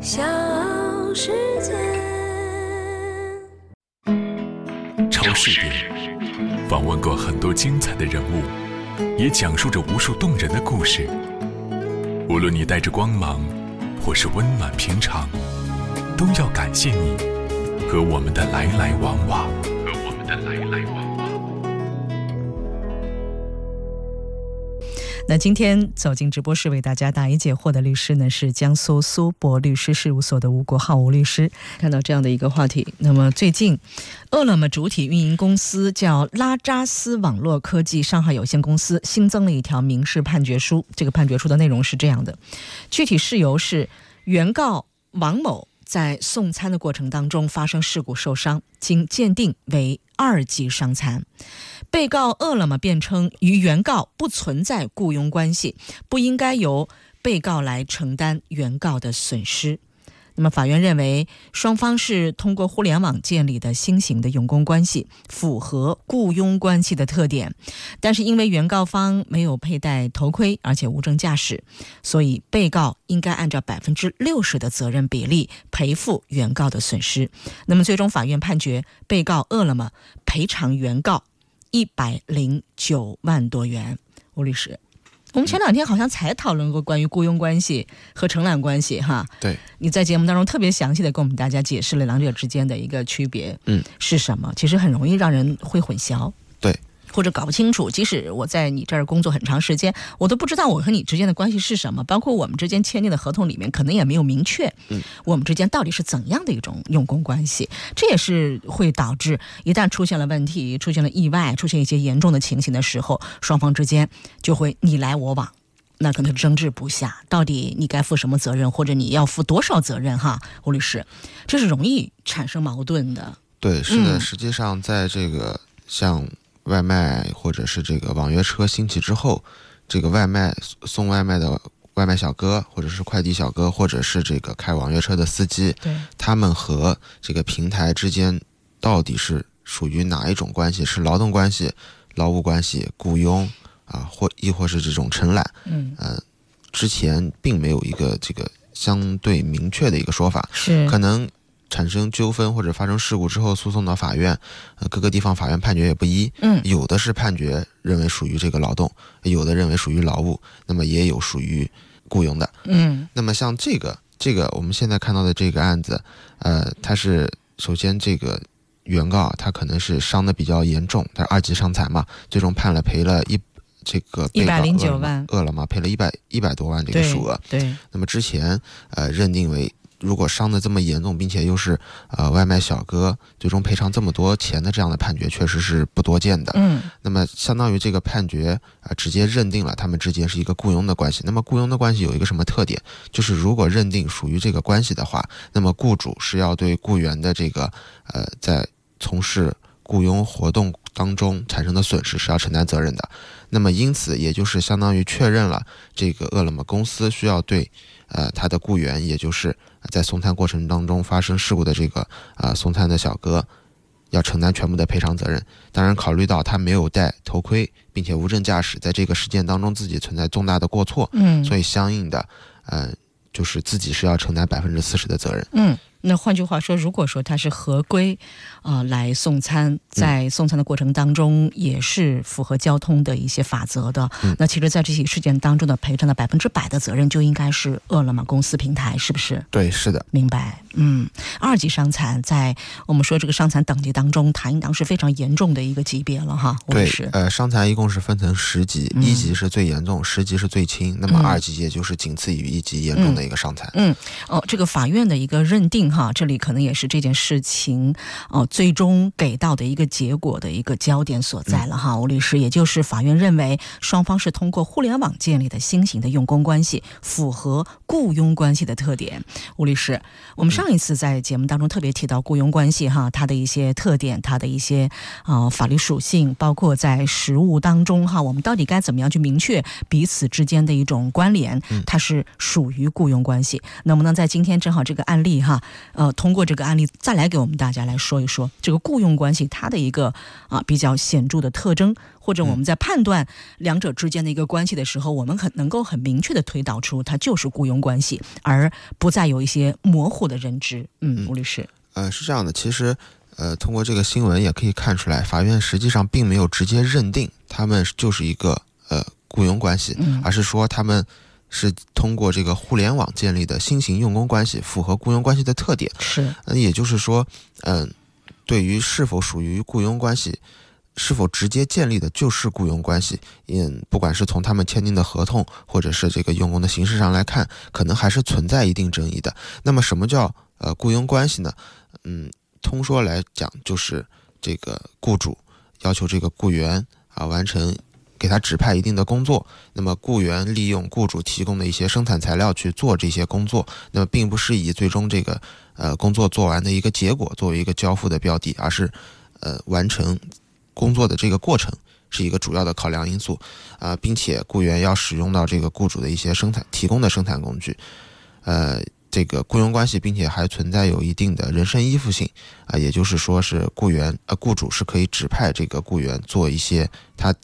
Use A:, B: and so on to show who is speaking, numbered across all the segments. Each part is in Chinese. A: 小世界。
B: 超市里访问过很多精彩的人物，也讲述着无数动人的故事。无论你带着光芒，或是温暖平常，都要感谢你和我们的来来往往。和我们的来来往往。
C: 那今天走进直播室为大家答疑解惑的律师呢是江苏苏博律师事务所的吴国浩吴律师。看到这样的一个话题，那么最近，饿了么主体运营公司叫拉扎斯网络科技上海有限公司新增了一条民事判决书，这个判决书的内容是这样的，具体事由是原告王某。在送餐的过程当中发生事故受伤，经鉴定为二级伤残。被告饿了么辩称与原告不存在雇佣关系，不应该由被告来承担原告的损失。那么，法院认为双方是通过互联网建立的新型的用工关系，符合雇佣关系的特点。但是，因为原告方没有佩戴头盔，而且无证驾驶，所以被告应该按照百分之六十的责任比例赔付原告的损失。那么，最终法院判决被告饿了么赔偿原告一百零九万多元。吴律师，我们前两天好像才讨论过关于雇佣关系和承揽关系，哈。
D: 对，
C: 你在节目当中特别详细的跟我们大家解释了两者之间的一个区别，
D: 嗯，
C: 是什么？其实很容易让人会混淆，
D: 对，
C: 或者搞不清楚。即使我在你这儿工作很长时间，我都不知道我和你之间的关系是什么，包括我们之间签订的合同里面，可能也没有明确，嗯，我们之间到底是怎样的一种用工关系。这也是会导致一旦出现了问题、出现了意外、出现一些严重的情形的时候，双方之间就会你来我往。那可能争执不下，到底你该负什么责任，或者你要负多少责任？哈，吴律师，这是容易产生矛盾的。
D: 对，是的。
C: 嗯
D: 实际上，在这个像外卖或者是这个网约车兴起之后，这个外卖送外卖的外卖小哥，或者是快递小哥，或者是这个开网约车的司机，
C: 对，
D: 他们和这个平台之间到底是属于哪一种关系？是劳动关系、劳务关系、雇佣啊，或亦或是这种承揽？
C: 嗯，
D: 之前并没有一个这个相对明确的一个说法。
C: 是
D: 可能产生纠纷或者发生事故之后诉讼到法院，呃，各个地方法院判决也不一，
C: 嗯
D: 有的是判决认为属于这个劳动，有的认为属于劳务，那么也有属于雇佣的。
C: 嗯
D: 那么像这个这个我们现在看到的这个案子，呃，它是首先这个原告啊他可能是伤的比较严重，他是二级伤残嘛，最终判了赔了一这个被告
C: 109
D: 饿了么
C: 万
D: 饿了么赔了一百一百多万这个
C: 对
D: 数额，
C: 对，
D: 那么之前呃认定为，如果伤的这么严重，并且又是呃外卖小哥最终赔偿这么多钱的这样的判决，确实是不多见的。
C: 嗯
D: 那么相当于这个判决啊、呃直接认定了他们之间是一个雇佣的关系。那么雇佣的关系有一个什么特点？就是如果认定属于这个关系的话，那么雇主是要对雇员的这个呃在从事雇佣活动当中产生的损失是要承担责任的。那么因此也就是相当于确认了这个饿了么公司需要对呃他的雇员，也就是呃在送餐过程当中发生事故的这个呃送餐的小哥。要承担全部的赔偿责任，当然，考虑到他没有戴头盔，并且无证驾驶，在这个事件当中自己存在重大的过错，
C: 嗯，
D: 所
C: 以
D: 以相应的，呃，就是自己是要承担百分之四十的责任。
C: 嗯。那换句话说，如果说他是合规，啊、来送餐，在送餐的过程当中也是符合交通的一些法则的，那其实，在这起事件当中的赔偿的百分之百的责任就应该是饿了么公司平台，是不是？
D: 对，是的，
C: 明白，嗯，二级伤残在我们说这个伤残等级当中，它应当是非常严重的一个级别了哈。我也
D: 对
C: 是，，
D: 呃，伤残一共是分成十级，
C: 嗯
D: 一级是最严重，十级是最轻，那么
C: 嗯
D: 二级也就是仅次于一级严重的一个伤残。
C: 哦，这个法院的一个认定哈，这里可能也是这件事情哦、最终给到的一个结果的一个焦点所在了哈。吴律师，也就是法院认为双方是通过互联网建立的新型的用工关系，符合雇佣关系的特点。吴律师，我们上一次在节目当中特别提到雇佣关系哈，它的一些特点，它的一些呃法律属性，包括在实务当中哈，我们到底该怎么样去明确彼此之间的一种关联？它是属于雇佣关系，能不能在今天正好这个案例哈，呃，通过这个案例再来给我们大家来说一说这个雇佣关系它的一个啊、比较显著的特征，或者我们在判断两者之间的一个关系的时候，我们很能够很明确的推导出它就是雇佣关系，而不再有一些模糊的认知。嗯，
D: 嗯
C: 吴律师，
D: 呃，是这样的，其实，呃，通过这个新闻也可以看出来，法院实际上并没有直接认定他们就是一个呃雇佣关系，
C: 嗯
D: 而是说他们是通过这个互联网建立的新型用工关系，符合雇佣关系的特点。
C: 是
D: 那也就是说，嗯、对于是否属于雇佣关系，是否直接建立的就是雇佣关系，嗯，不管是从他们签订的合同，或者是这个用工的形式上来看，可能还是存在一定争议的。那么，什么叫呃雇佣关系呢？嗯，通说来讲，就是这个雇主要求这个雇员啊完成。给他指派一定的工作，那么雇员利用雇主提供的一些生产材料去做这些工作，那么并不是以最终这个呃工作做完的一个结果作为一个交付的标的，而是呃完成工作的这个过程是一个主要的考量因素啊、并且雇员要使用到这个雇主的一些生产提供的生产工具，呃。这个雇佣关系，并且还存在有一定的人身依附性啊、也就是说是雇员呃雇主是可以指派这个雇员做一些他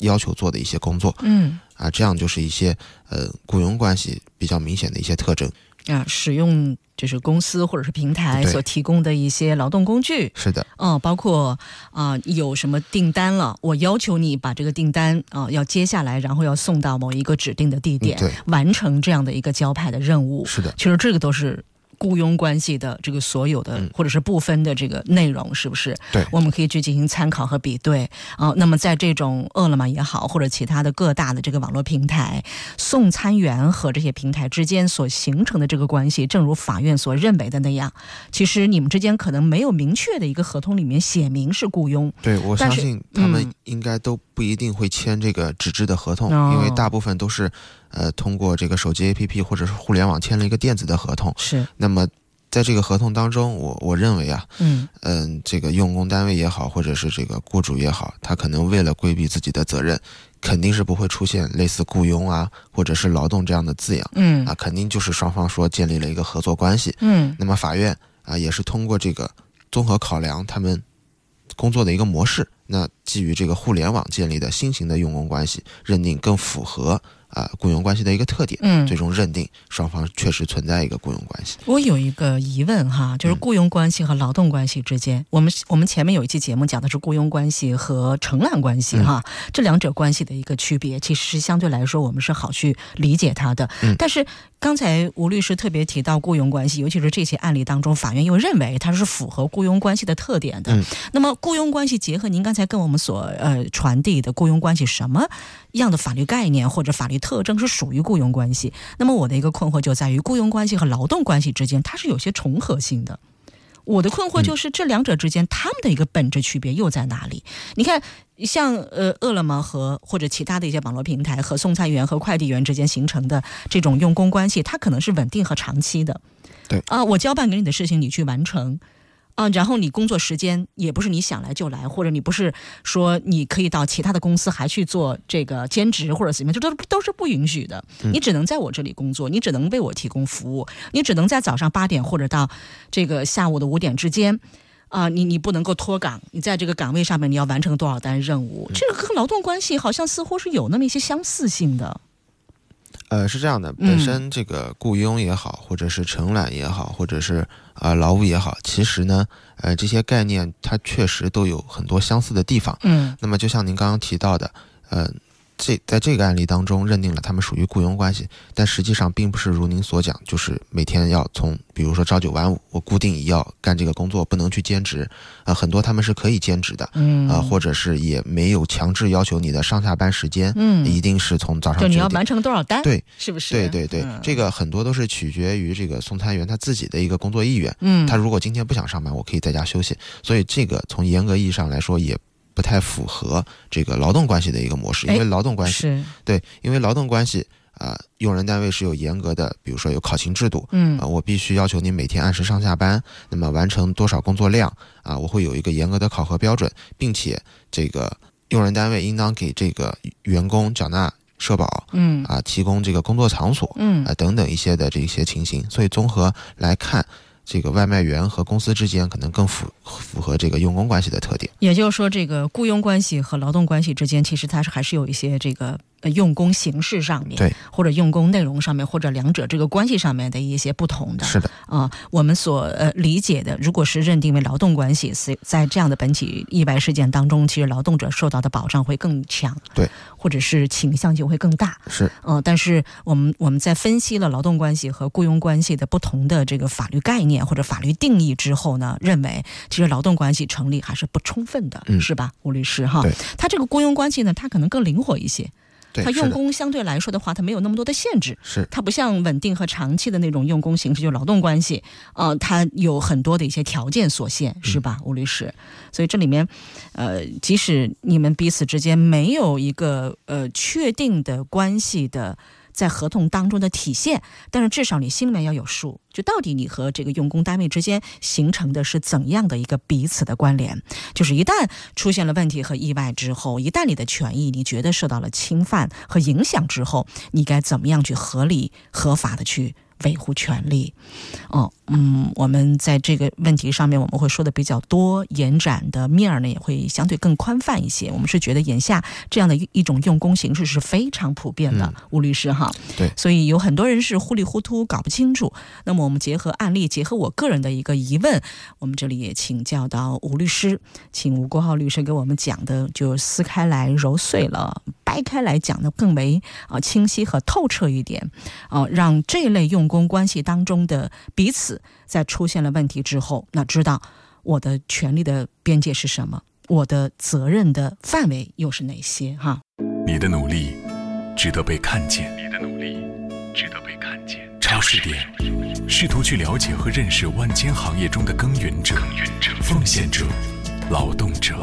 D: 要求做的一些工作
C: 嗯。
D: 啊、这样就是一些呃雇佣关系比较明显的一些特征。
C: 啊，使用就是公司或者是平台
D: 对
C: 所提供的一些劳动工具，
D: 是的，
C: 嗯，包括啊、有什么订单了，我要求你把这个订单啊、要接下来，然后要送到某一个指定的地点，
D: 嗯对
C: 完成这样的一个交派的任务。
D: 是的，
C: 其实这个都是。雇佣关系的这个所有的
D: 嗯
C: 或者是部分的这个内容，是不是？
D: 对
C: 我们可以去进行参考和比对啊、那么在这种饿了么也好，或者其他的各大的这个网络平台，送餐员和这些平台之间所形成的这个关系，正如法院所认为的那样，其实你们之间可能没有明确的一个合同里面写明是雇佣，
D: 对，我
C: 但
D: 相
C: 是
D: 信他们
C: 嗯
D: 应该都不一定会签这个纸质的合同，
C: 哦
D: 因为大部分都是呃通过这个手机 APP 或者是互联网签了一个电子的合同。
C: 是，
D: 那么在这个合同当中，我我认为啊，
C: 嗯，
D: 嗯、这个用工单位也好，或者是这个雇主也好，他可能为了规避自己的责任，肯定是不会出现类似雇佣啊，或者是劳动这样的字样
C: 嗯
D: 啊，，肯定就是双方说建立了一个合作关系。
C: 嗯，
D: 那么法院啊也是通过这个综合考量他们工作的一个模式，那基于这个互联网建立的新型的用工关系，认定更符合啊、雇佣关系的一个特点，
C: 嗯
D: 最，终认定双方确实存在一个雇佣关系。
C: 我有一个疑问哈，就是
D: 嗯
C: 雇佣关系和劳动关系之间，我们我们前面有一期节目讲的是雇佣关系和承揽关系哈，
D: 嗯
C: 这两者关系的一个区别，其实是相对来说我们是好去理解它的。
D: 嗯
C: 但是刚才吴律师特别提到雇佣关系，尤其是这起案例当中，法院又认为它是符合雇佣关系的特点的。
D: 嗯
C: 那么雇佣关系结合您刚才跟我们所呃传递的雇佣关系什么样的法律概念或者法律特征是属于雇佣关系？那么我的一个困惑就在于，雇佣关系和劳动关系之间，它是有些重合性的。我的困惑就是这两者之间，他们的一个本质区别又在哪里？你看，像呃饿了么和或者其他的一些网络平台和送餐员和快递员之间形成的这种用工关系，它可能是稳定和长期的。
D: 对
C: 啊，我交办给你的事情你去完成，啊，然后你工作时间也不是你想来就来，或者你不是说你可以到其他的公司还去做这个兼职或者怎么样，这都都是不允许的。你只能在我这里工作，你只能为我提供服务，你只能在早上八点或者到这个下午的五点之间。啊、你你不能够脱岗，你在这个岗位上面你要完成多少单任务，这个和劳动关系好像似乎是有那么一些相似性的。
D: 呃，是这样的，
C: 嗯
D: 本身这个雇佣也好，或者是承揽也好，或者是呃劳务也好，其实呢，呃这些概念它确实都有很多相似的地方。
C: 嗯
D: 那么就像您刚刚提到的，呃，这在这个案例当中认定了他们属于雇佣关系，但实际上并不是如您所讲，就是每天要从比如说朝九晚五，我固定要干这个工作，不能去兼职。呃，很多他们是可以兼职的，
C: 嗯
D: 呃，或者是也没有强制要求你的上下班时间，
C: 嗯，
D: 一定是从早上
C: 就
D: 九
C: 你
D: 点
C: 要。完成多少单，
D: 对，
C: 是不是？
D: 对对对
C: 嗯，
D: 这个很多都是取决于这个送餐员他自己的一个工作意愿。
C: 嗯，
D: 他如果今天不想上班，我可以在家休息。所以这个从严格意义上来说也不太符合这个劳动关系的一个模式，因
C: 哎
D: 为劳动关系
C: 是
D: 对，因为劳动关系啊、呃用人单位是有严格的，比如说有考勤制度。
C: 嗯
D: 啊、我必须要求你每天按时上下班，那么完成多少工作量啊、我会有一个严格的考核标准，并且这个用人单位应当给这个员工缴纳社保啊
C: 嗯
D: 啊、提供这个工作场所，
C: 嗯
D: 啊、等等一些的这些情形。所以综合来看，这个外卖员和公司之间可能更符符合这个用工关系的特点。
C: 也就是说，这个雇佣关系和劳动关系之间，其实它是还是有一些这个呃用工形式上面，
D: 对，
C: 或者用工内容上面，或者两者这个关系上面的一些不同的。
D: 是的，
C: 啊，我们所呃理解的，如果是认定为劳动关系，是在这样的本起意外事件当中，其实劳动者受到的保障会更强，
D: 对，
C: 或者是倾向就会更大。
D: 是
C: 呃，但是我们我们在分析了劳动关系和雇佣关系的不同的这个法律概念或者法律定义之后呢，认为其实劳动关系成立还是不充分的，
D: 嗯
C: 是吧，吴律师哈
D: 对？
C: 他这个雇佣关系呢，它可能更灵活一些，
D: 对，
C: 它
D: 是
C: 用
D: 的，
C: 工相对来说的话，它没有那么多的限制。
D: 是
C: 它不像稳定和长期的那种用工形式，就是劳动关系，呃，它有很多的一些条件所限，是吧，吴律师？所以这里面，呃，即使你们彼此之间没有一个呃确定的关系的在合同当中的体现，但是至少你心里面要有数，就到底你和这个用工单位之间形成的是怎样的一个彼此的关联。就是一旦出现了问题和意外之后，一旦你的权益你觉得受到了侵犯和影响之后，你该怎么样去合理、合法的去维护权利？哦，嗯，我们在这个问题上面我们会说的比较多，延展的面儿呢也会相对更宽泛一些。我们是觉得眼下这样的一一种用工形式是非常普遍的，吴律师哈，
D: 对
C: 所以有很多人是糊里糊涂搞不清楚。那么我们结合案例，结合我个人的一个疑问，我们这里也请教到吴律师，请吴国浩律师给我们讲的，就撕开来揉碎了掰开来讲的更为啊、清晰和透彻一点，啊、让这类用工关系当中的彼此在出现了问题之后，那知道我的权利的边界是什么，我的责任的范围又是哪些哈。
B: 你的努力值得被看见。你的努力值得被看见。超市点，试图去了解和认识万千行业中的耕耘者、奉献者、劳动者。